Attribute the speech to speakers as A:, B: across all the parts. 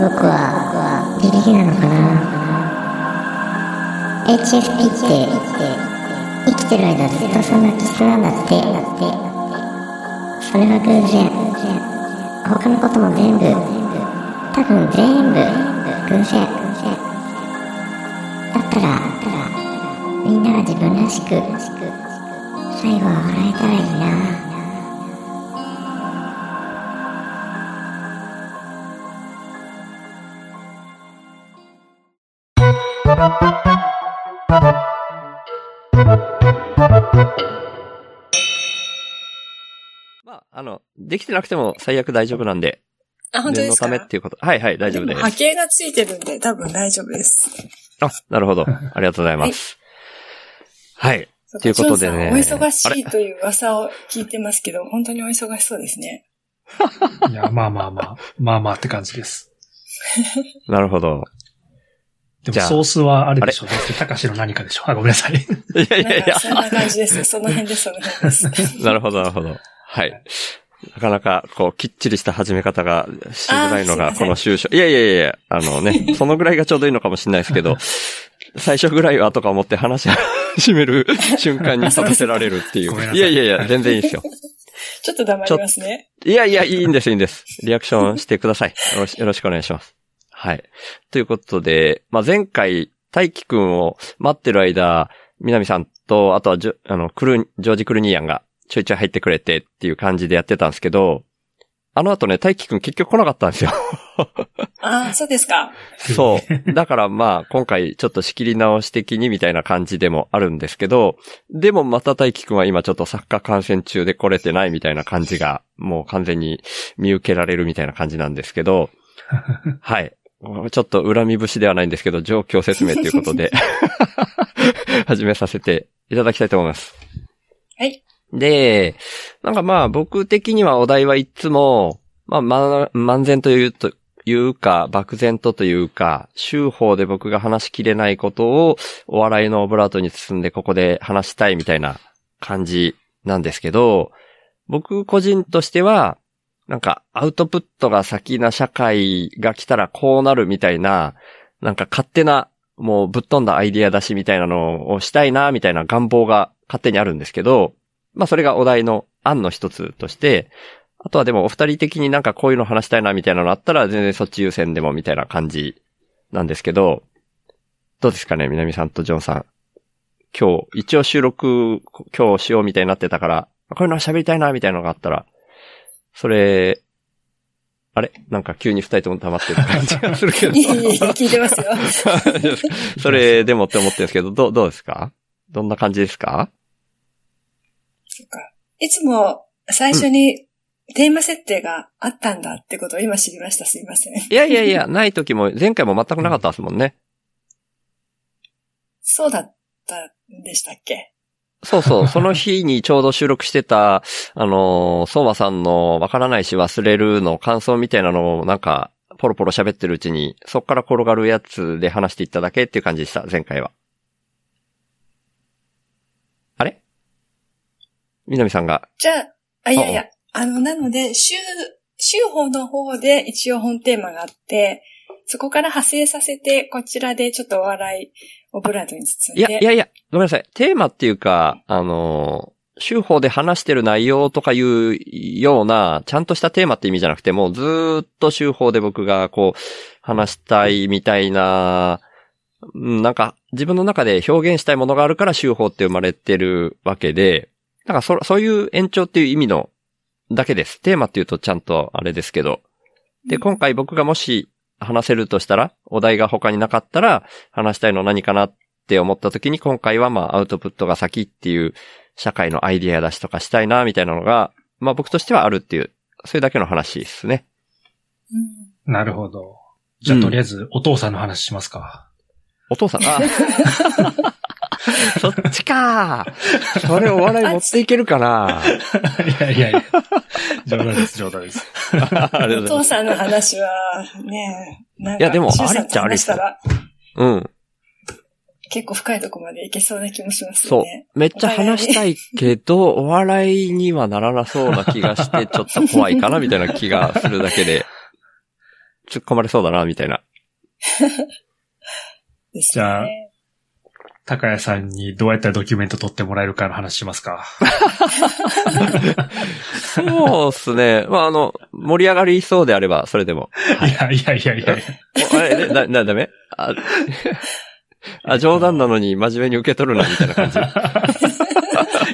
A: 僕は自力なのかな HSP って生きてる間ずっとそんな気質なんだってそれは偶然他のことも全部多分全部偶然だったらみんなが自分らしく最後は笑えたらいいな
B: まあ、あの、できてなくても最悪大丈夫なんで、
C: あ、本当
B: 念
C: で
B: の
C: す
B: た
C: か
B: めっていうこと。はいはい、大丈夫で
C: も
B: す。
C: 波形がついてるんで多分大丈夫です。
B: あ、なるほど。ありがとうございます。はい。ということでね
C: ジョンさんお忙し
B: あれ
C: いという噂を聞いてますけど、本当にお忙しそうですね。
D: いや、まあまあまあ、まあまあって感じです。
B: なるほど。
D: で
B: じ
D: も
B: ゃあ
D: ソースはあれでしょだって、たかしの何かでしょあ、ごめんなさい。
B: いやい
C: な
B: や
C: ん
B: いや
C: か、そんな感じですね。その辺です、その辺で す。
B: なるほど、なるほど。はい。なかなか、こう、きっちりした始め方がしづらいの
C: あ
B: が、
C: ーす
B: こ
C: いま
B: の就職。いやいやいや、あの ね、そのぐらいがちょうどいいのかもしれないですけど、最初ぐらいはとか思って話し始め る瞬間に立たせられるってい
D: ごめんな
B: う。
D: さ
B: い
D: い
B: やいやいや、全然いいですよ。
C: ちょっと黙りますね。
B: いやいや、いいんです、いいんです。リアクションしてください。よろしよろしくお願いします。はい。ということで、まあ、前回、大輝くんを待ってる間、南さんと、あとはジョ、あの、クル、ジョージ・クルニアンがちょいちょい入ってくれてっていう感じでやってたんですけど、あの後ね、大輝くん結局来なかったんですよ。
C: ああ、そうですか。
B: そう。だからまあ、今回ちょっと仕切り直し的にみたいな感じでもあるんですけど、でもまた大輝くんは今ちょっとサッカー観戦中で来れてないみたいな感じが、もう完全に見受けられるみたいな感じなんですけど、はい。ちょっと恨み節ではないんですけど、状況説明ということで、始めさせていただきたいと思います。
C: はい。
B: で、なんかまあ僕的にはお題はいつも、まあ、ま、漫然というと、いうか、漠然とというか、修法で僕が話しきれないことをお笑いのオブラートに包んでここで話したいみたいな感じなんですけど、僕個人としては、なんかアウトプットが先な社会が来たらこうなるみたいな、なんか勝手な、もうぶっ飛んだアイディア出しみたいなのをしたいな、みたいな願望が勝手にあるんですけど、まあそれがお題の案の一つとして、あとはでもお二人的になんかこういうの話したいなみたいなのあったら全然そっち優先でもみたいな感じなんですけど、どうですかね、南さんとジョンさん。今日、一応収録今日しようみたいになってたから、こういうの喋りたいなみたいなのがあったら、それ、あれなんか急に二人とも溜まってる感じがするけど
C: い。いいい聞い てますよ。
B: それでもって思ってるんですけど、どう、どうですかどんな感じですか
C: いつも最初にテーマ設定があったんだってことを今知りました。すいません。
B: いやいやいや、ない時も、前回も全くなかったですもんね。
C: そうだったんでしたっけ
B: そう そう、その日にちょうど収録してた、あのー、相馬さんのわからないし忘れるの感想みたいなのをなんか、ポロポロ喋ってるうちに、そっから転がるやつで話していっただけっていう感じでした、前回は。あれ南さんが、
C: じゃあ、あ、いやいや、あの、なので、週、週報の方で一応本テーマがあって、そこから派生させて、こちらでちょっとお笑いオブラートに包
B: い
C: ん
B: や、
C: で。
B: いやいや、ごめんなさい。テーマっていうか、あのー、修法で話してる内容とかいうような、ちゃんとしたテーマって意味じゃなくて、もうずーっと修法で僕がこう、話したいみたいな、うんなんか、自分の中で表現したいものがあるから修法って生まれてるわけで、なんかそ、そういう延長っていう意味の、だけです。テーマっていうとちゃんとあれですけど。で、今回僕がもし話せるとしたら、お題が他になかったら、話したいの何かなって思った時に今回はまあアウトプットが先っていう社会のアイディア出しとかしたいなみたいなのが、まあ僕としてはあるっていう、それだけの話ですね。
C: うん
D: なるほど。じゃあ、
B: うん
D: とりあえず、お父さんの話しますか。
B: お父さん、 あそっちかそれお笑い持っていけるかな
D: いやいやいや。冗談です、冗談です。
B: ありがとう
C: お
B: ございま
C: 父
B: す。
C: さんの話は、ね、なん
B: い
C: か、
B: やでも
C: 周さ
B: あ
C: ん
B: りっちゃありっ
C: 話
B: す
C: したら、
B: うん。
C: 結構深いとこまでいけそうな気もします
B: そ
C: よ
B: う
C: ね。。
B: めっちゃ話したいけど、お笑いに はならなそうな気がして、ちょっと怖いかなみたいな気がするだけで。突っ込まれそうだな、みたいな。
C: ですね。
D: じゃあ高谷さんにどうやったらドキュメント撮ってもらえるかの話しますか。
B: そうですね。まあ、あの、盛り上がりそうであれば、それでも。
D: いやいやいやいやいや。
B: おあれ、な、な、ダメ ああ、冗談なのに真面目に受け取るな、みたいな感じ。あ、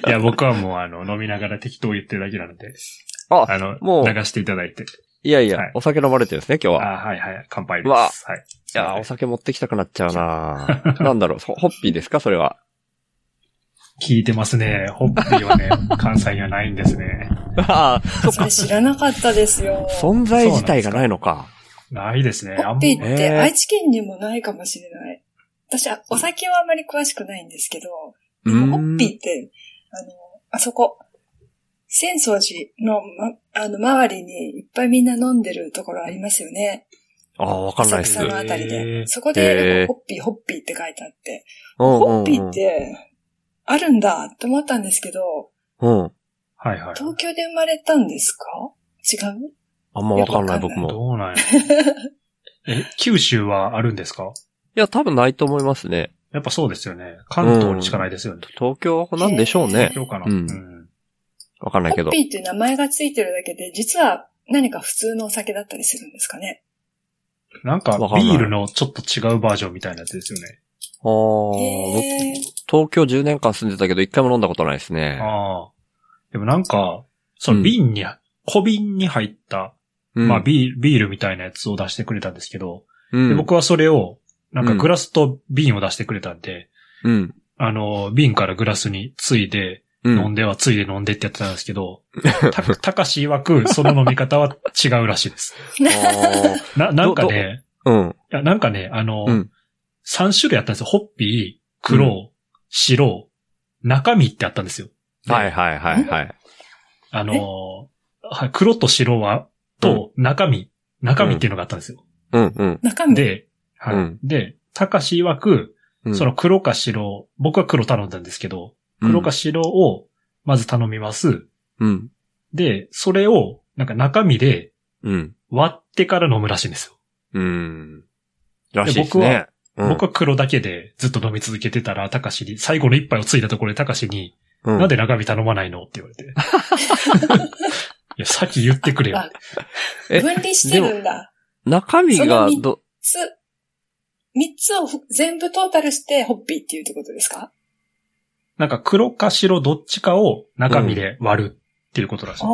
D: いや、僕はもうあの、飲みながら適当言ってるだけなので、 あの、
B: もう
D: 流していただいて。
B: いやいや、
D: はい
B: お酒飲まれてるんですね、今日
D: あ
B: は。
D: はいはい、乾杯で
B: わ
D: す。はい。
B: いや、お酒持ってきたくなっちゃう ななんだろう、ほホッピーですか、それは。
D: 聞いてますね。ホッピーはね、関西にはないんですね。
B: ああ、そっ
C: そ
B: か
C: れ。知らなかったですよ。
B: 存在自体がないのか。
D: ないですね。
C: ホ
D: あん
C: ッ
D: ま
C: ピー
D: り。
C: っ
B: え
C: て
B: ー
C: 愛知県にもないかもしれない。私はお酒はあまり詳しくないんですけど、で
B: うーん
C: もホッピーって、あの、あそこ、浅草寺の、ま、あの、周りにいっぱいみんな飲んでるところありますよね。
B: ああ、わかんない
C: 浅
B: っす。
C: 草
B: うん
C: のあたり
D: へ
C: で。
D: ー
C: そこで、
B: へー
C: ホッピー、ホッピーって書いてあって、
B: うん
C: ホ
B: う
C: ッ
B: ん
C: ピーっ。て、あるんだって思ったんですけど、
B: うん。
D: はいはい。
C: 東京で生まれたんですか違う
B: あんまわかんない、僕
C: よくわかんない
B: も。
D: どうなんやろえ、九州はあるんですか
B: いや、多分ないと思いますね。
D: やっぱそうですよね。関東にしかないですよね。
B: 東京なんでしょうね
C: へ。
D: 東京かな。
B: うん
D: ん
B: わかんないけ
C: ホッ
B: ど。
C: ピーっていう名前がついてるだけで、実は何か普通のお酒だったりするんですかね。
D: なんか
B: わかんない
D: ビールのちょっと違うバージョンみたいなやつですよね。
B: ああ、僕
C: へー
B: 東京10年間住んでたけど、一回も飲んだことないですね。
D: ああ。でもなんか、その瓶に、小瓶に入った、
B: うん
D: まあビール、ビールみたいなやつを出してくれたんですけど、
B: うん
D: で僕はそれを、なんかグラスと瓶を出してくれたんで、
B: うん。
D: あの、瓶からグラスについで、
B: うん。
D: 飲んではついで飲んでってやってたんですけど、た、たかし曰く、その飲み方は違うらしいです。
B: あ
D: な、なんかね、
B: ーうん。
D: いや、なんかね、あの、
B: うん
D: 三3種類あったんですよ。ホッピー、黒、白、中身ってあったんですよ。で
B: はいはいはいはい。
D: あのー、はい黒と白は、と中身、中身っていうのがあったんですよ。
B: うんうん
C: 中身。
D: で、はい。
B: うん
D: で、たかし曰く、
B: うん。
D: その黒か白、僕は黒頼んだんですけど、黒か白をまず頼みます。
B: うん。
D: で、それを、なんか中身で
B: うん。
D: 割ってから飲むらしいんですよ。
B: うん。らしいですね。
D: 僕は黒だけでずっと飲み続けてたら、たかしに、最後の一杯をついたところでたかしに、
B: うん、
D: なんで中身頼まないのって言われて。いや、さっき言ってくれよ。
C: あ
B: え
C: 分離してるんだ。
B: 中身がど、
C: つ、三つを全部トータルしてホッピーっていうってことですか
D: なんか黒か白どっちかを中身で割るっていうことらしい
C: あ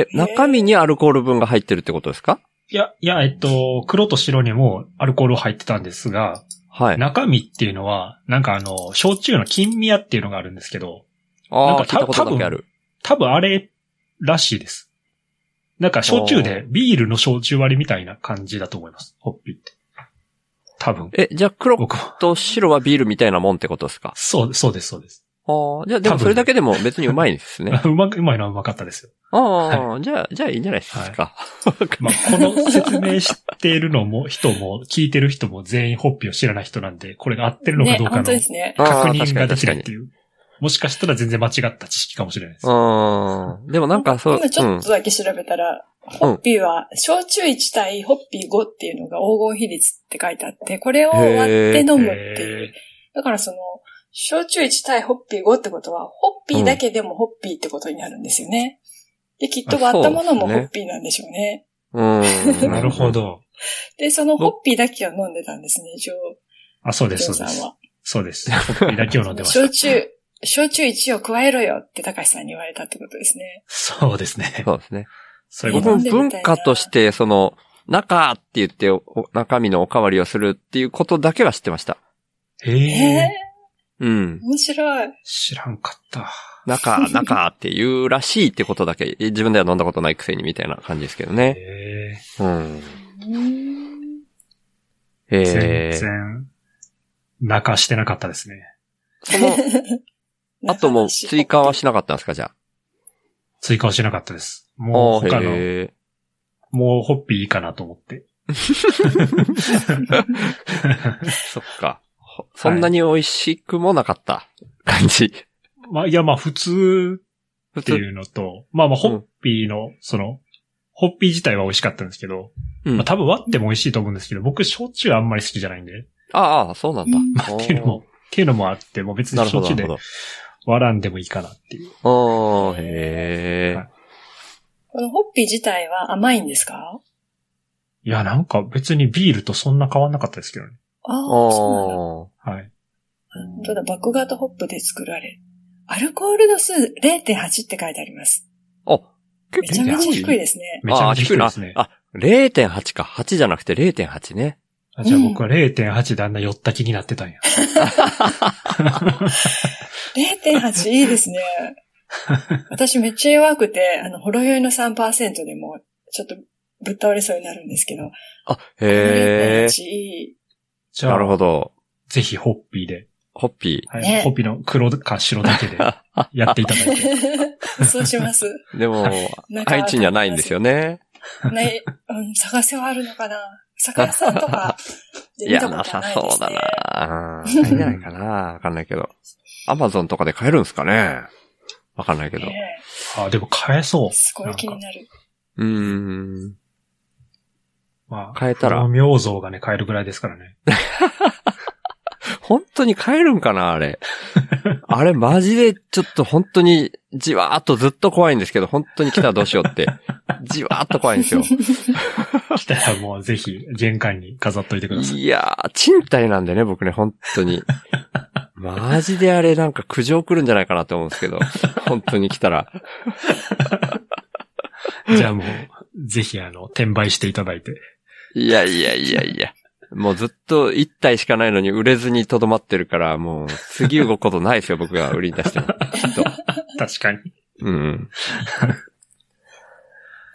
D: です。
C: ー
B: え、中身にアルコール分が入ってるってことですか
D: いや、いや、えっと、黒と白にもアルコール入ってたんですが、
B: はい。
D: 中身っていうのは、なんかあの、焼酎の金宮っていうのがあるんですけど、
B: あ
D: なん
B: あ、
D: か
B: 聞いたことだけある。
D: 多分あれらしいです。なんか焼酎でビールの焼酎割りみたいな感じだと思います。ホッピーって。多分。
B: え、じゃあ黒
D: 僕は。
B: と白はビールみたいなもんってことですか
D: そう、そうです、そうです。
B: ああ、じゃあでもそれだけでも別にうまいです ね。
D: うまく、うまいのはうまかったですよ。
B: ああ、じゃあ、じゃあいいんじゃないですか。
D: まあ、この説明しているのも、人も、聞いてる人も全員ホッピーを知らない人なんで、これが合ってるのか
C: ね、
D: どうか
C: 本
D: の
C: 当ですね。
D: 確
B: あー
D: 認ができない
B: 確かに
D: っていう。もしかしたら全然間違った知識かもしれないです。
B: うん。でもなんかそう、
C: 今ち
B: う
C: ょ
B: ん
C: っと。だけ調べたら、ホッピーは、焼酎1対ホッピー5っていうのが黄金比率って書いてあって、これを割って飲むっていう。だからその、焼酎1対ホッピー5ってことは、ホッピーだけでもホッピーってことになるんですよね。で、きっと割ったもの
B: あそう
C: もホ
B: ですね
C: ッピーなんでしょうね。
B: う
D: へー
B: ん。
D: なるほ。ど。
C: で、そのホッピーだけを飲んでたんですね、ジョー
D: あ、そうで
C: ジ
D: す、
C: ョー
D: そう
C: さ
D: で
C: ん
D: す。
C: は。
D: そうです。ホッピーだけを飲んでま した。
C: 焼酎、焼酎1を加えろよって高橋さんに言われたってことですね。
D: そうですね。
B: そうですね。
D: そういう
B: 僕
D: こと
B: も
D: なんです。
B: 文化として、その、中って言ってお、お中身のおかわりをするっていうことだけは知ってました。
C: え
D: へ
C: え
D: え。
B: うん。
C: 面白い。
D: 知らんかった。
B: 中、中っていうらしいってことだけ、自分では飲んだことないくせにみたいな感じですけどね。
D: へ
B: うん。
C: うん
D: え。全
B: えー、
D: 然、泣かしてなかったですね。
B: その、あともう追加はしなかったんですか、じゃあ。
D: 追加はしなかったです。も
B: お
D: う他の、
B: へ
D: もうホッピーいいかなと 思って。
B: ーそっか。ほそんなに美味しくもなかった感じ。
D: まあ、いや、まあ普通
B: 普
D: って
B: 通。
D: いうのと、まあまあホッピーの、その、ホッピー自体は美味しかったんですけど、
B: うん
D: まあ、多分割っても美味しいと思うんですけど、僕、焼酎あんまり好きじゃないんで、
B: ああ、そうなんだ。
C: うん
D: っていうのも、っていうのもあって、もう別
B: おー。な
D: に
B: るほ
D: 焼
B: ど、
D: 酎
B: な
D: で
B: るほ
D: 割らんでもいいかなっていう。
B: ど。おー、へ
D: は
B: ー
D: い。
C: このホッピー自体は甘いんですか
D: いや、なんか別にビールとそんな変わんなかったですけどね。
C: ああ、そうなんだ。
B: おー。
D: はい。
C: 本当だ、麦芽とホップで作られ。アルコール度数0.8って書いてあります。
B: あ、
C: めちゃめちゃ低い
B: す。
C: ですね。
D: めちゃめちゃ低
B: あ
D: いで
B: ー
D: すね。
B: あ、0.8か。8じゃなくて0.8ね。
D: あじゃあ僕は0.8であんな寄った気になってたんや。
C: 0.8いいです ね。私めっちゃ弱くて、あの、ほろ酔いの3%でも、ちょっとぶっ倒れそうになるんですけど。
B: あ、へ
C: 0.8い
D: じ
B: ー。
D: ゃあ、
B: なるほど。
D: ぜひホッピーで、
B: ホッピ
D: はい
C: ね
D: ホッピーの黒か白 だけでやっていただいて。
C: い。 そうします。
B: ー。でも、
C: なんか
B: 愛知にはないんですよね。
C: ない、うん、探せはあるのかな魚屋さんとかで
B: い
C: 見
B: や、
C: たこ
B: な
C: と
B: さ
C: はないです、ね。
B: そうだなうんないんじゃないかなわかんないけ ど。アマゾンとかで買えるんですかねわかんないけど。
C: ね
D: あ、でも買えそう
C: え。すごい気になる。
B: うーん。
D: まあ、
B: 買えたら
D: 不明像がね、買えるぐらいですからね。
B: 本当に買えるんかなあれ。 あれマジでちょっと本当にじわーっとずっと怖いんですけど、本当に来たらどうしよう って。じわーっと怖いんですよ。
D: 来たらもうぜひ玄関に飾っといてください。
B: いやー、賃貸なんでね、僕ね、本当に。マジであれなんか苦情来るんじゃないかなと思うんですけど、本当に来たら。
D: じゃあもう、ぜひあの、転売していただいて。
B: いやいやいやいや。もうずっと一体しかないのに売れずにとどまってるから、もう次動くことないですよ、僕が売りに出しても。きっと。
D: 確かに。
B: うん。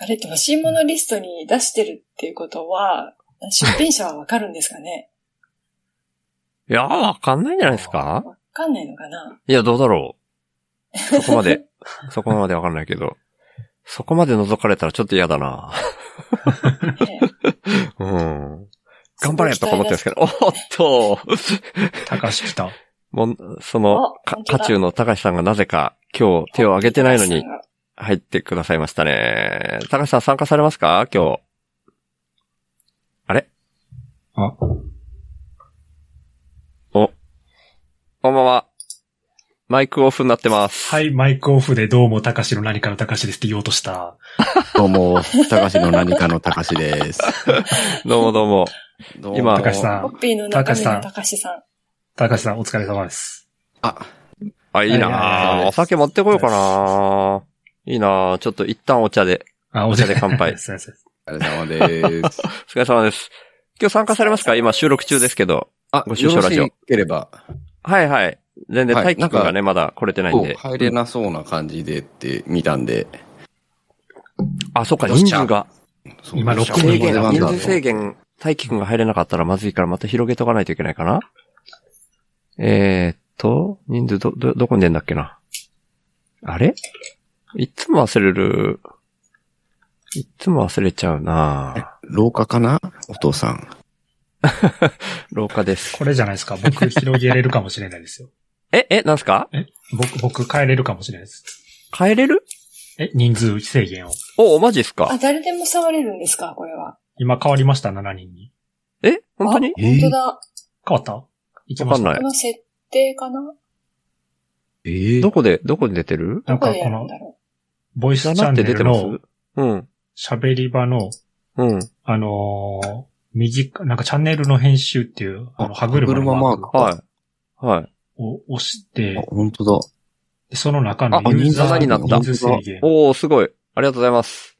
C: あれって欲しいものリストに出してるっていうことは、出品者はわかるんですかね
B: いやー、わかんないんじゃないですか
C: わかんないのかない
B: や、どうだろう。そこまで、そこまでわかんないけど。そこまで覗かれたらちょっと嫌だな。
C: ね
B: うん。 頑張れとか思ってるんですけど、おっと
D: 高橋来た。
B: もん、その、
C: あ
B: か
C: 本
B: 渦
C: 当だ
B: 中の高橋さんがなぜか今日手を挙げてないのに
C: 高橋
B: 入ってくださいましたね。高橋さん参加されますか今日。あれ
D: あ、
B: お。こんばんは。マイクオフになってます。
D: はい、マイクオフでどうも高橋の何かの高橋ですって言おうとした。
E: どうも、たかしの何かのたかしです。
B: どうもどうも。
E: どうも
B: 今
D: 高橋さ
C: さんがホ
D: ん。
C: ッピーの中身の高橋さん。
D: 高橋さん、お疲れ様です。
E: あ、
B: あ、いいな
D: はい
B: ぁ。お酒持ってこようかなぁ。いいなぁ。ちょっと一旦お茶で。
D: あ、お
B: お茶で乾杯
D: すいません。
E: お疲れ様です。
B: お疲れ様です。今日参加されますか今収録中ですけど。
E: あ、
B: ご愁傷ラジオ
E: よろしければ、
B: はいはい。全然、
E: はい
B: 大輝くんが
E: な
B: ね、まだ来れてないんで。
E: 入れなそうな感じでって見たんで、
B: あ、そっか、
E: よっ
B: 人
E: しゃ
B: 数が。
E: そう
D: 今六
B: 制
D: 人
B: 限、
D: まで
B: 人
E: なん
B: 数
E: だ
B: 制限、大輝くんが入れなかったらまずいからまた広げとかないといけないかなえー、っと、人数ど、ど、どこに出んだっけなあれいつも忘れる。いつも忘れちゃうな
E: 廊下かなお父さん。
B: 廊下です。
D: これじゃないですか。僕広げれるかもしれないですよ。
B: え、え、なんすか
D: 僕、僕帰れるかもしれないです。
B: 帰れる
D: え、人数制限を。
B: お、マジっす
C: あ、
B: か
C: 誰でも触れるんですかこれは。
D: 今変わりました、7人に。
B: え本当に
C: あ本当だ。
D: 変わった行き
B: わ
D: ま
B: か
D: し
B: ん
D: た。
B: ない
C: こ。の設定かな
E: えー
B: どこで、どこに出てる
C: ど
D: なんか
C: こでや
D: こ
C: るん
D: の、
C: だろ
D: ボイス
B: だ
D: チャ
B: なっ
D: ン
B: て
D: ネ
B: 出
D: ル
B: てます
D: の
B: うん。
D: 喋り場の、
B: うん。
D: あのー右か、なんかチャンネルの編集っていう、あの、
E: あ
D: 歯車のマーク
B: はい。はい。
D: を押して
E: あ、、本当
D: でその中の
E: あ
D: ユーザ
B: あ人数
D: ー
B: になった
D: 人数制限。
B: おー、すごい。ありがとうございます。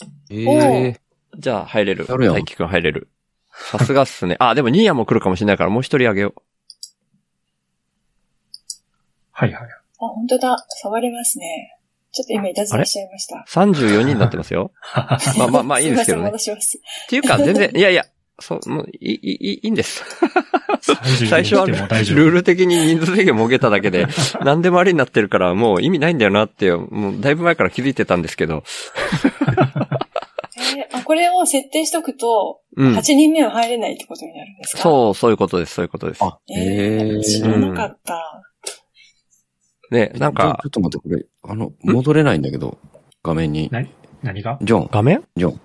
E: だ。え
C: お
E: ー、
B: じゃあ、入れる。
E: やるやん
B: 大輝くん入れる。さすがっすね。あ、でも、ニーヤも来るかもしれないから、もう一人あげよ
D: はいはい。
C: う。あ、本当だ。触れますね。ちょっと今いたずらしちゃいました。
B: う。34人になってますよ。まあまあまあ、いいですけどね。っ
C: すいません
B: ていうか、全然、いやいや、そう、もう、いい、いい、いいんです。 最
D: 最
B: 初は、ル
D: も大丈夫。
B: ール的に人数制限もげただけで、何でもありになってるから、もう意味ないんだよなって、もう、だいぶ前から気づいてたんですけど。
C: 戻します。えーあ、これを設定しとくと、
B: うん
C: 8。人目は入れないってことになるんですか
B: そう、そういうことです、そういうことです。
E: あ、えー、
C: 知らなかった。
B: ね、なん
E: ちょ
B: か
E: ちょ、っと待って、これ、あの、戻れないんだけど、画面に。
D: 何何が
E: ジョン。
B: 画面
E: ジョン。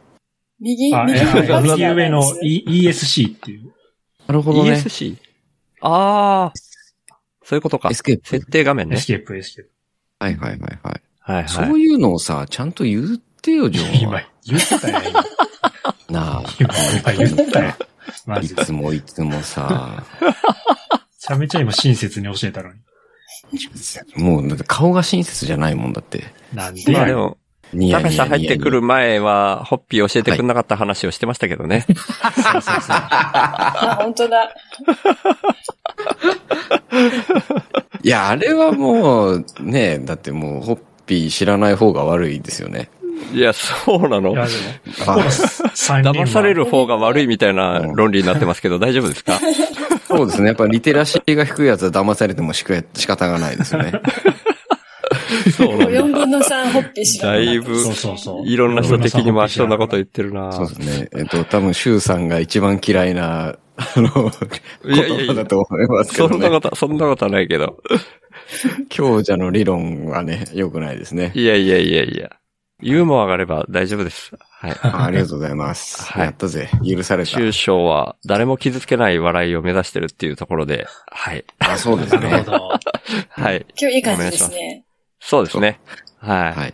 C: 右、右
D: あ、
C: の
D: え
C: やつじゃないです
D: ー、右上の E- ESC っていう。
E: なるほどね。
B: ?ESC? ああ。そういうことか
E: エ。スケープ。
B: 設定画面ね
D: エス。ケープ、エスケープ。
E: はいはいはいはい。
B: はいは
E: そう
B: い。
E: いうのをさ、ちゃんと言ってよ、ジョン
D: 今
E: は。、
D: 言ったよ、今。
E: なあ。
D: 今、今言ったよ。マ
E: い
D: ジで。め
E: つもいつもさ、
D: ちゃめちゃ今親切に教えたのに。
E: もうだって顔が親切じゃないもんだって。
D: なんで
B: まあ
D: や
B: で
D: ねん
B: も、
E: ニヤ
B: 高
E: ニ
B: 橋
E: ヤニ
B: さ
E: ヤ
B: ん入ってくる前は、ホッピー教えてくれなかった話をしてましたけどね。
D: そうそうそう
C: あ、本当だ。
E: いや、あれはもう、ねだってもう、ホッピー知らない方が悪いですよね。
B: いや、そうなの
D: いや、でも、
E: あ
D: この三人は
B: 騙される方が悪いみたいな論理になってますけど、大丈夫ですか
E: そうですね。やっぱリテラシーが低いやつは騙されてもしくや仕方がないですよね。
B: そうなんだ
C: 4分の3ホッピーしなかった
B: だいぶ
D: そうそうそう。
B: いろんな人的に回しそうなこと言ってるな
E: そうですね。えっと、多分、シュウさんが一番嫌いな、あの、
B: いやいやい
E: 言
B: や
E: 葉だと思いますけ
B: そ
E: ど
B: んな
E: ね。
B: こと、そんなことはないけど。
E: 強者の理論はね、良くないですね。
B: いやいやいやいや。ユーモアがあれば大丈夫です。はい。
E: あありがとうございます。
B: はい
E: やったぜ。許された。
B: 中小は誰も傷つけない笑いを目指してるっていうところで、はい。
E: あ、そうです
D: なる
E: ね
D: ほ。ど。
B: はい。
C: 今日いい感じですね。
B: そうですね。は
E: はい。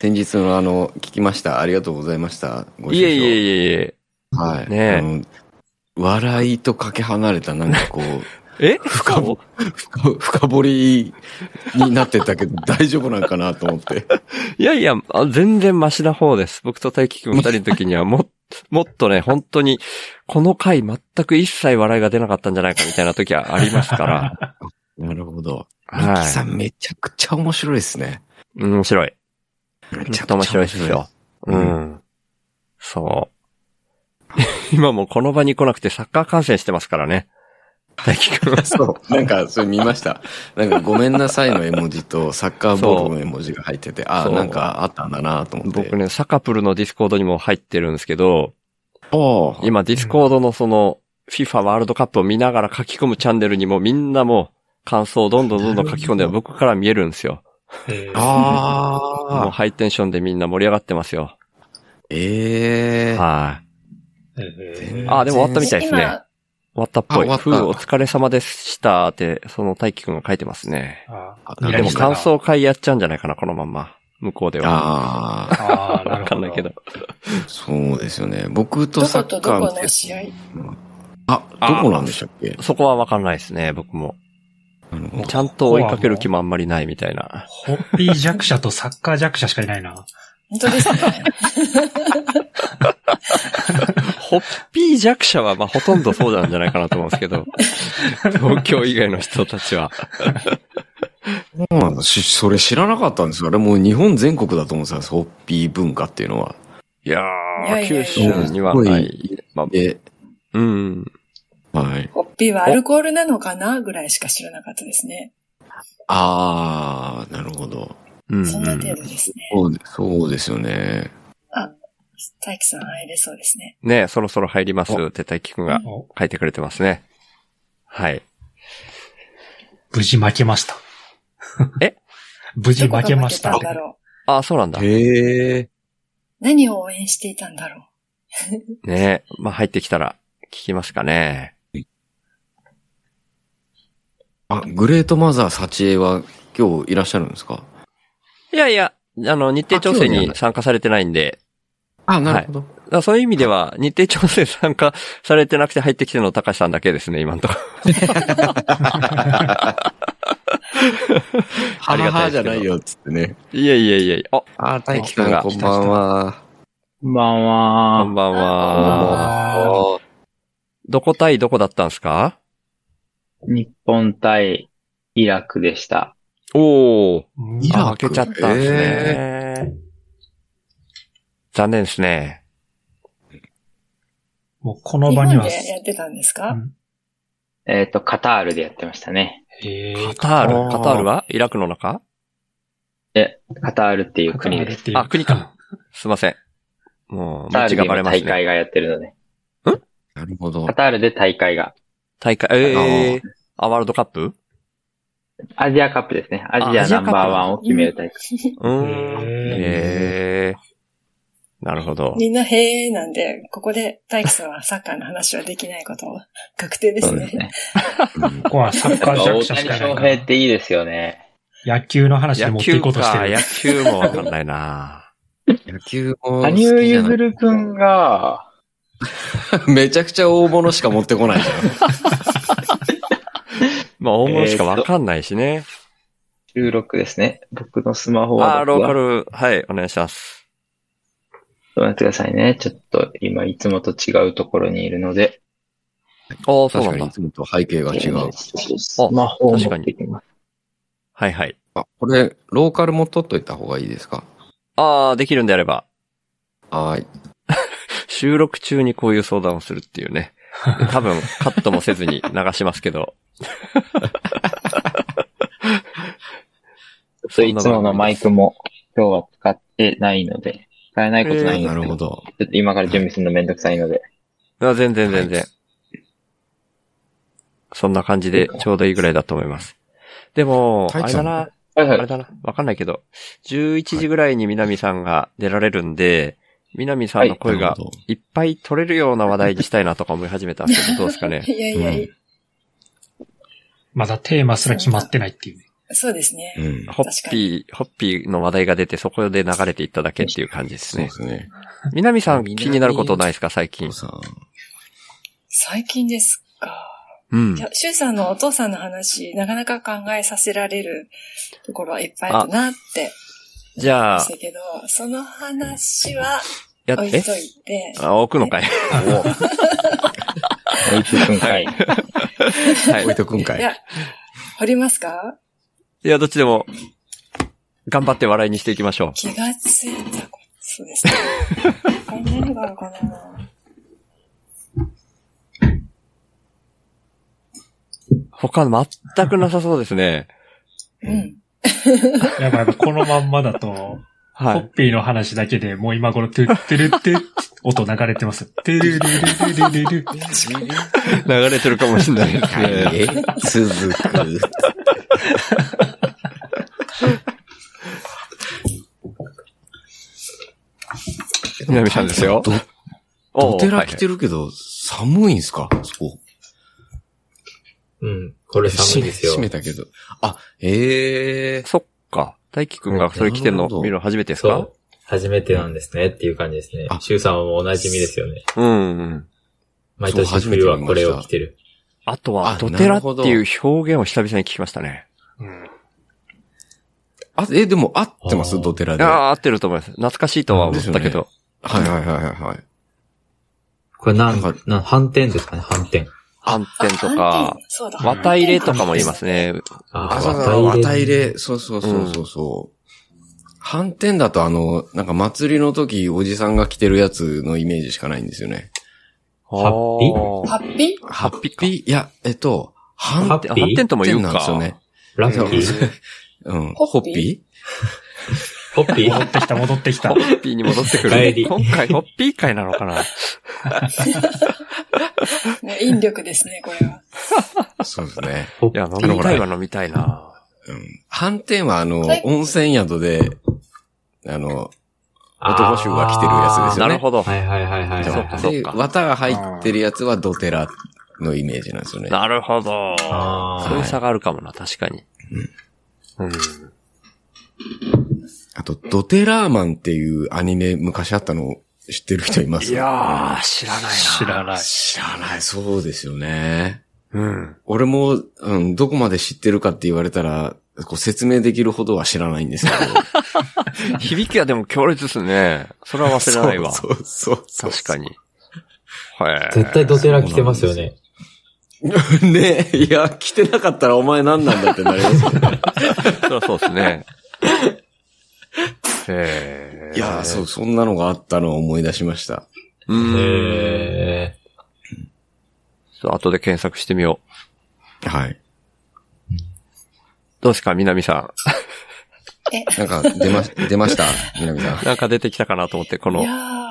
E: 先日のあの、聞きました。ありがとうございました。ご
B: い。
E: 視
B: い
E: 聴
B: えいえいえいえ。
E: はい。
B: ねえ
E: あの笑いとかけ離れたなんかこう、
B: え
E: 深掘深深掘りになってたけど 大丈夫なんかなと思って。
B: いやいや、あ全然マシな方です。僕と大輝くん二人の時にはも、もっ とね、本当に、この回全く一切笑いが出なかったんじゃないかみたいな時はあります から。
E: なるほど。ミキさ
B: は
E: んめちゃくちゃ面白いですね。
B: い。面白い。
E: め
B: ちょっと面白いですよ。。う。
E: うん
B: そう。 今もうこの場に来なくてサッカー観戦してますからね。大輝くん。
E: そう。なんか、それ見ました。なんか、ごめんなさいの絵文字と、サッカーボールの絵文字が入ってて、ああ、
B: そう
E: なんかあったんだなと思って。
B: 僕ね、サカプルのディスコードにも入ってるんですけど、
E: おー
B: 今ディスコードのその、FIFA ワールドカップを見ながら書き込むチャンネルにもみんなもう感想をどんどんどんどん書き込んで僕から見えるんですよ。
D: えー
B: もう
E: ああ。
B: ハイテンションでみんな盛り上がってますよ。
E: ええー。
B: はい。
D: えー
B: あ、でも終わったみたいですね。終
C: 今、
B: わったっぽい。
E: あ終わった
B: ふうお疲れ様でしたって、その大輝くんが書いてますね。
D: あ
E: あ
D: 未
E: な
B: で
E: る
D: 来
B: も
E: ほど
D: 日から
B: 感想会やっちゃうんじゃないかな、このまんま。向こうでは。
E: ああ。
D: ああ、なるほど。
B: わかんないけど。。
E: そうですよね。僕と
C: ど
E: サ
C: こ
E: ッカ
C: とど
E: ー
C: こ
E: 見て
C: の試合
E: あ、どこなんでしたっけ
B: そこはわかんないですね、僕も。
E: あの
B: ちゃんと追いかける気もあんまりないみたいな。
D: ホッピー弱者とサッカー弱者しかいないな。
C: 本当ですね。
B: ホッピー弱者は、まあ、ほとんどそうなんじゃないかなと思うんですけど、 東京以外の人たちは。
E: そうなんだ。しそれ知らなかったんですよ。あれもう日本全国だと思ってたんですホッピー文化っていうのは。
B: いや
C: いやいや
B: ー、
C: い
B: 九
C: や
B: 州にはない。まあ、
E: で、
B: うん。
E: はい。
C: ホッピーはアルコールなのかなぐらいしか知らなかったですね。
E: あー、なるほど。
B: うん、うん。
C: そんな程度ですね。
E: そうでそうですよね。
C: 大輝さん入れそうですね。
B: ねそろそろ入ります
E: お
B: って大輝くんが
D: お
B: 書いてくれてますね。はい。
D: 無事負けました。
B: え
D: 無事
C: どこが
D: 負けました
C: 負。けたんだろ
B: あ、そうなんだ。
E: へえ。
C: う。何を応援していたんだろ
B: ねまあ、入ってきたら聞きますかね。
E: あ、グレートマザー幸恵は今日いらっしゃるんですか
B: いやいや、あの、日程調整に参加されてないんで、
E: あ、なるほど。
B: だからそういう意味では、日程調整参加されてなくて入ってきてるの高橋さんだけですね、今んとこ。
E: はははじゃないよ、つってね。
B: いやいやいやいやあ、
E: あー、大
B: 輝く
E: 輝
B: ん
E: く
B: が
E: ん、こんばんは。
F: こんばん
B: こ
F: は
B: ん。ばんは。
D: あ
B: どこ対どこだったんですか
F: 日本対イラクでした。
B: おー。
D: ー
E: イラ
B: あ負
E: ク
B: けちゃったんですね。残念ですね。
D: もうこ
C: う。
D: の
C: 日
D: 場
C: 本
D: に
C: で
D: は、
C: やってたんですか、
D: うん
F: えっ、と、カタールでやってましたね。
D: え
B: カタール、
E: あー
B: カタールはイラクの中
F: カタールっていう国です。
D: す
B: あ国 か。すいません。もう、
F: カター
B: 街
F: ルで
B: がバレ
F: 今
B: ます
F: 大
B: ね。
F: 会がやってるので。
E: なるほど
F: カ。タールで大会が。
B: 大会、えー、あ、ワールドカップ
F: アジアカップですね。アジ
B: あア
F: ア
B: ジア
F: ナ
B: カ
F: ン
B: ップ
F: バーワンを決める大会。
B: うーん。
D: へー
B: えなるほど。
C: みんなへえなんで、ここで大輝さんはサッカーの話はできないことは確定です
F: そうで
C: ね
F: す。ね。
E: うん
D: ここはサッカ
F: やっぱ
D: ー弱
F: 大
D: 者し
F: 谷
D: かない
F: 翔
D: か
F: 平っ
D: ら。
F: ていいですよね。
D: 野球の話で
B: 野
D: 持ってい
B: 球
D: こうとして
B: か、
D: る
B: 野。球もわかんないな
E: 野球も好
F: 羽
E: きじゃな
F: 生
E: い。
F: 結弦くんが、
E: めちゃくちゃ大物しか持ってこないじゃん。
B: まあ、大物しかわかんないしね。
F: 収録ですね。僕のスマホは
B: あー、ロ
F: 僕
B: ー
F: は。
B: カ
F: ちょっ
B: ル、はい、お願いします。
F: と待ってくださいね。ちょっと今いつもと違うところにいるので。
B: おー、そう
E: 確
B: な
E: か
B: ん
E: にい
B: だ。
E: つもと背景が違う。
F: スマホを持ってきます。
B: はいはい。
E: あ、これ、ローカルも取っといた方がいいですか
B: あー、できるんであれば、
E: はーい。
B: 収録中にこういう相談をするっていうね。多分、カットもせずに流しますけど。
F: ちょっといつものマイクも今日は使ってないので、使えないことないんです
E: な
F: け
E: る
F: ど、
E: ほ
F: ちょ
E: ど。
F: っと今から準備するのめんどくさいので。
B: あ全然全然
E: はい。
B: そんな感じでちょうどいいぐらいだと思います。でも、あ
E: 太一
B: れ
E: さ
B: だ
E: ん
B: な、
F: はい
B: あ
F: は
B: れ
F: い。
B: だな、わかんないけど、11時ぐらいに南さんが出られるんで、南さんの声
E: な
B: が
E: るほど
B: いっぱい取れるような話題にしたいなとか思い始めたんですけど、どうですかね。
C: いやいやいや、
D: まだテーマすら決まってないっていうね。
C: そうですね。
E: うん。
B: ホッピー、ホッピーの話題が出て、そこで流れていっただけっていう感じです
E: そう
B: ね
E: で。すね。
B: 南さん気になることないですか、最近。
E: さ
C: 最近ですか。
B: うん
C: い。や、シュウさんのお父さんの話、なかなか考えさせられるところはいっぱいあるなって
B: じゃ
C: ま
B: あ
C: し、たけど、その話は
B: やっ
C: 置い
B: て
C: と、いて、
B: あ置くのかい。
F: 大一君会。
B: はい
E: 置い。とくんか
C: い
E: い。
C: や、掘りますか
B: いや、どっちでも、頑張って笑いにしていきましょ
C: 気がついたこと、そうですね。こんなのがあるかな
B: う。他の全くなさそうです ね。
C: うん。
D: やっぱやっぱこのまんまだと、
B: は
D: ホ
B: い
D: ッ。ピーの話だけでもう今頃、トゥットゥルットゥッ音流れてます。トゥルルルルルルル。
B: 流れてるかもしれないですね。
E: え続く。
B: 南さんですよ
E: ど、
B: お
E: どてら来てるけど、寒いんすかそこ。
G: うん。これ寒いですよ
E: 閉。め閉めたけど。あ、ええ
B: そっか。大輝くんがそれ来てるの
E: なるほど
B: 見るの初めてです
G: そ
B: か
G: う。初めてなんですねっていう感じですね
E: あ。
G: シュウさんはもうお馴染みですよね。
B: うんうん。
G: 毎年
E: 初めて
G: 冬
E: 見ました
G: はこれを着てる。
B: あとは、
E: あ
B: ドテラ
E: なる
B: って
E: ほど
B: いう表現を久々に聞きましたね。
D: うん。
E: あ、え、でも合ってます
G: あー
E: ドテラ
B: あ
E: で。は
B: あ、合ってると思います。懐かしいとは思ったけ
E: ですよ
B: ど。
E: いはいはいはいはい。
G: これなん
E: なんか、
G: なん、反転ですかね、反転。
B: 反
C: あ
B: 転とか、、
C: そうだ。
B: 綿入れとかも言いますね。
G: あ
E: あ、そうそうそう、
G: また
E: 綿入
G: 入れ。
E: れ。そうそうそうそうそう。反転だとあの、なんか祭りの時、おじさんが着てるやつのイメージしかないんですよね。
G: ハッピ
B: あ
G: ー
C: ハッピー
E: ハッピーいや、えっと、反
G: ハ
E: 転
G: ッピ
B: 反転とも言う
E: なん
B: か
E: です。よね。
G: ラッキー
E: うん。
C: ホ
E: ホ
C: ッピー
E: ッピ
G: ホッピ
D: 戻っ
G: ー
D: てきた、戻 ってきた
B: ホ。ッピーに戻ってく
G: 帰
B: る。
G: り
B: 今回ホッピー会なのかな
C: ね引力ですね、これは。
E: ーそうですね。
G: ホ
B: いや、
G: ッ
B: 飲みたいは飲みたいな。
E: うん。反転はあの
C: はい、
E: 温泉宿で、あの、男衆が着てるやつですよ
B: な
E: ね
B: るほど。
G: はいはいはいはいはい
B: そうか
G: はい。
B: そう
E: で、綿が入ってるやつはドテラのイメージなんですよね。
B: なるほど。
G: あー
B: そういう差があるかもな、確かに。うん。
E: あと、ドテラーマンっていうアニメ昔あったの知ってる人います
B: いやー、知らないな。
D: 知らない。
E: 知らない、そうですよね。
B: うん。
E: 俺も、うん、どこまで知ってるかって言われたら、こう説明できるほどは知らないんです けど。
B: 響きはでも強烈ですね。それは忘れないわ。
E: そうそうそう。
B: 確かに。はい。
G: 絶対ドテラ着てますよね。
E: に。 ねいや、来てなかったらお前何なんだってなりますよね。
B: そりゃそうですね。へー
E: いや、そう、そんなのがあったのを思い出しました。
B: う。うん。
G: へ
B: ちょっと後で検索してみよう。
E: はい。
B: どうですか、南さ
E: なんか、出ま、出ました南さん。
B: ん。なんか出てきたかなと思って、こ
C: い
B: の
C: やー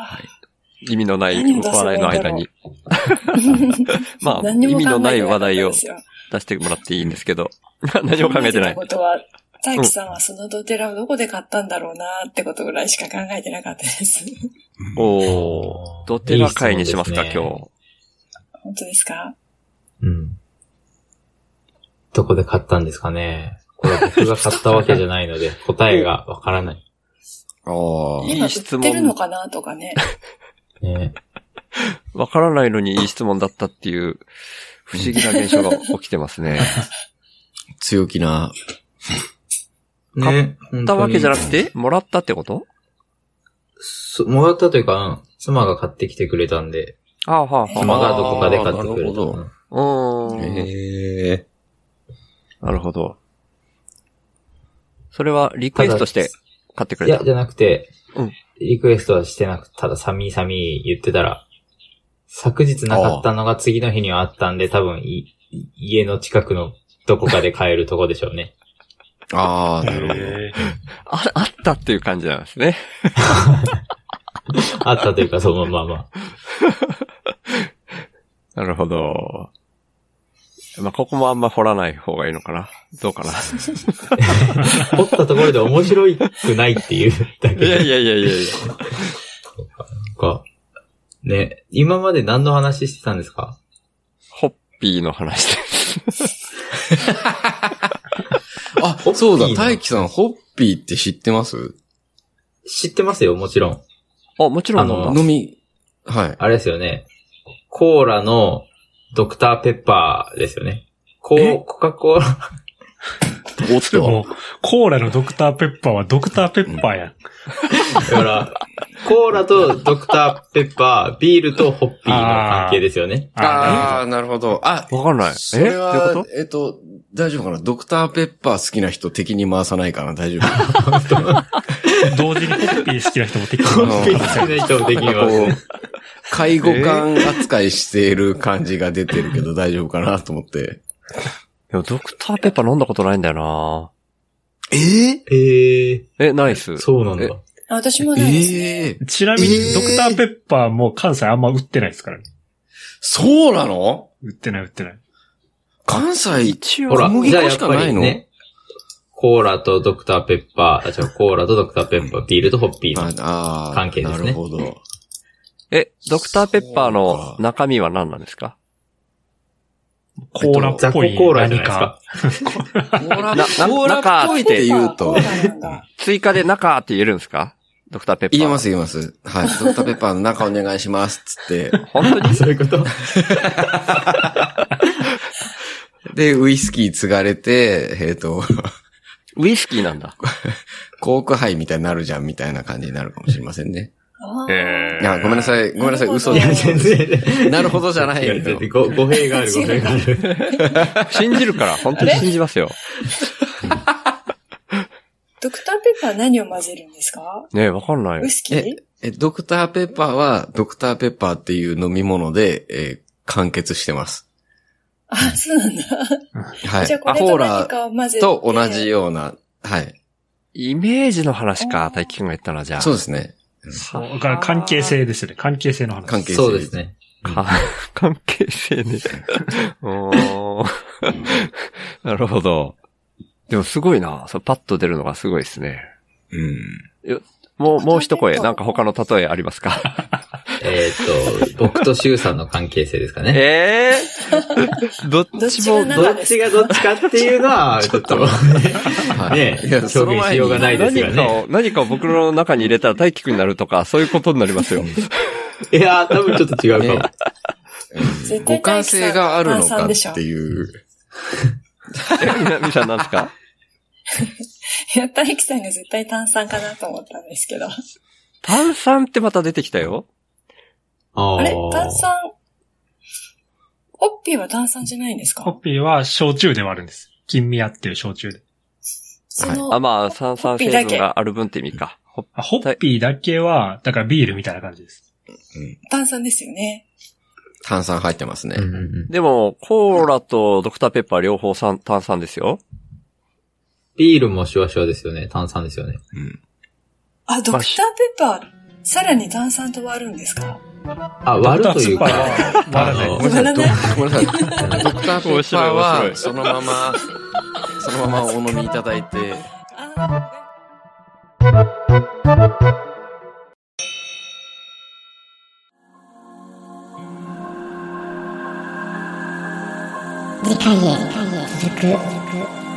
B: 意味のない
C: 何を出せばい
B: 笑
C: い
B: い
C: んだ
B: の
C: ろう
B: 間に。 まあ、
C: 何
B: 意
C: にも
B: 味の
C: 考
B: な
C: え
B: い
C: てか
B: 話
C: った
B: 題を
C: ですよ
B: 出してもらっていいんですけど。 何も考えてない
C: 考。ことは、大輝さんはそのドテラをどこで買ったんだろうなってことぐらいしか考えてなかったです。
B: おー。ドテラ会にしますか、
G: いい質
B: 今
G: 問
B: 日。
C: 本当ですか
G: うん。どこで買ったんですかね。これ僕が買ったわけじゃないので、答えがわからない。
E: ああ。
B: い
C: 今売
B: い質
C: ってるの
B: 問。
C: かなとかね。
G: ね。
B: わからないのにいい質問だったっていう、不思議な現象が起きてます ね。
E: 強気な。
G: ね。
B: 買
G: 買
B: ったわけじゃなくて、もらったってこと
G: そもらったというか、うん妻が買ってきてくれたんで、
B: ああ、はあ、はあ。
G: 妻がどこかで買ってくれ
E: なるほ
G: た
E: ど
G: うん。
B: うーん。
E: へえ。
B: なるほど。それはリクエストして買ってく
G: い
B: れ
G: や、
B: た。
G: じゃなくて、
B: うん
G: リクエストはしてなく、ただ、サミーサミー言ってたら、昨日なかったのが次の日にはあったんで、多分い、家の近くのどこかで買えるとこでしょうね。
E: ああ、なるほど。
D: え
B: あ、あったっていう感じなんですね。
G: あったというか、そのまあまあ。
B: なるほど。まあ、ここもあんま掘らない方がいいのかなどうか な
G: 掘ったところで面白くないっていうだけ
B: いや
G: で
B: いやいやいやいや。
G: なんか。ね、今まで何の話してたんですか
B: ホッピーの話 です。
E: あ
G: ホッピー、な
E: そうだ、大輝さん、ホッピーって知ってます
G: 知ってますよ、もちろん。
B: あ、もちろんなんだ
G: あ
E: 飲み、はい。
G: あれですよね。コーラのドクターペッパーですよね。コ
B: え
G: コカ・コーラ。
E: おっ
D: ーで
E: と。
D: も、コーラのドクターペッパーはドクターペッパーや。
G: だから、コーラとドクターペッパー、ビールとホッピーの関係ですよね。
E: ああ、なるほど。あ、
B: わかんない。
E: そ
B: えどう
E: れ
B: いうこ
E: は、えっと、大丈夫かなドクターペッパー好きな人敵に回さないかな大丈夫
D: ー同時にホッピー好きな人もできる
E: あの
G: 好きな人もでき
E: なんか
G: ます
E: こ
G: ね。
E: う、介護官扱いしている感じが出てるけど大丈夫かなと思って。
B: とでもドクターペッパー飲んだことないんだよ
E: え
G: ええ
B: なえ、ナイス
G: ー、。そうなんだ。
C: あ私も
E: え
C: ないですね。
E: ええ
D: ちなみに
E: えー、
D: ドクターペッパーも関西あんま売ってないですからね。
E: そうなの
D: 売ってない売ってない。
E: 関西、
B: 一
G: ほ
B: 応、
G: ら
E: 小、麦粉
G: じゃあやっ
E: しか
G: ぱ
E: ない
G: り
E: の
G: ね、コーラとドクターペッパー、あ、じゃコーラとドクターペッパー、ビールとホッピーの
E: ああー、
G: 関係ですね
E: なる ほど。
B: え、ドクターペッパーの中身は何なんですか
D: コーラ
G: 雑
D: っぽ
G: 魚
D: い
G: コーラじゃ
D: 何
G: ないです
D: か
G: か。。
E: コーラ、
B: な
E: コーラっぽいって言う
C: コ
E: と
C: ー、ラなんだ。
B: 追加で中って言えるんですかドクターペッパー。
E: 言えます言えます。はい。ドクターペッパーの中お願いします。つって。
B: 本当に
G: そういうこと
E: で、ウイスキー継がれて、えっ、と、
B: ウイスキーなん だ。
E: コークハイみたいになるじゃんみたいな感じになるかもしれません ね。
C: あー
B: え
E: いや、ごめんなさい。ごめんなさい。
C: なるほど
E: 嘘で
G: い や、
E: す
G: 全然。
E: なるほどじゃないよ
G: や全然ご語弊がある、語弊 がある。
B: 信じるから、本当に信じますよ。
C: ドクターペッパー何を混ぜるんですか
B: ねえ、わかんない
C: ウイ
B: よ。
C: スキー
E: え、ドクターペッパーは、ドクターペッパーっていう飲み物で、えー完結してます。
C: あ、そうなんだ。
E: はい。
C: じゃあこれと
E: コー
C: 何
E: ラ
C: かを混ぜて。
E: と同じような、はい。
B: イメージの話か、大輝くんが言ったのはじゃあ。
E: そうですね。
D: そうだから関係性ですよね。関係性の話。
E: 関係性
G: そうですね。
B: か 関係性ね。おーなるほど。でもすごいな。そうパッと出るのがすごいですね。
E: うん。
B: もう、もう一声、なんか他の例えありますか
G: えーっ、と、僕とシュウさんの関係性ですかね。
B: ええ どっ
C: どっ
B: ち
C: ち
B: も
C: も、
B: ど
C: な
G: どっちがどっちかっていうのは、ちょっと、
E: はい。
G: ねえ
E: いや、
G: 表現し
E: その前に
G: ようがないです
B: 何
G: よ
B: か
G: ね。
B: を、何かを僕の中に入れたら大輝くんになるとか、そういうことになります よ。
G: いやー、多分ちょっと違うかも。
C: 絶
E: 互
C: 対
E: 換性があるのか
C: でしょ
E: っていう。
B: え、南さんなんですか
C: いや、大輝さんが絶対炭酸かなと思ったんですけど。あ
B: 炭酸ってまた出てきたよ。
G: あ
C: れ
G: ー
C: 炭酸、ホッピーは炭酸じゃないんです
D: ホッ
C: か
D: ピーは焼酎ではあるんです。金宮っていう焼酎で。
C: その、
B: あ、まあ、炭酸成分がある分って意味か。ほ
D: あホッピーだけは、だからビールみたいな感じです。
C: 炭酸ですよね。
E: 炭酸入ってますね。
G: うんうんうん
B: でも、コーラとドクターペッパー両方酸炭酸ですよ。
G: ビールもシュワシュワですよね。炭酸ですよね。
C: あ、ドクターペッパー、さらに炭酸と割るんですか
G: あ、割るというか、
D: ドクターペッパーは割らない
G: あ
E: ごめんなさい。
C: ごめんな
E: ドご めんなさい。ドクタ
B: 面
E: ーペッパー
B: 白い面白
E: は、
B: い
E: そのまま、そのままお飲みいただいて、
C: あー
A: 次回へ続く。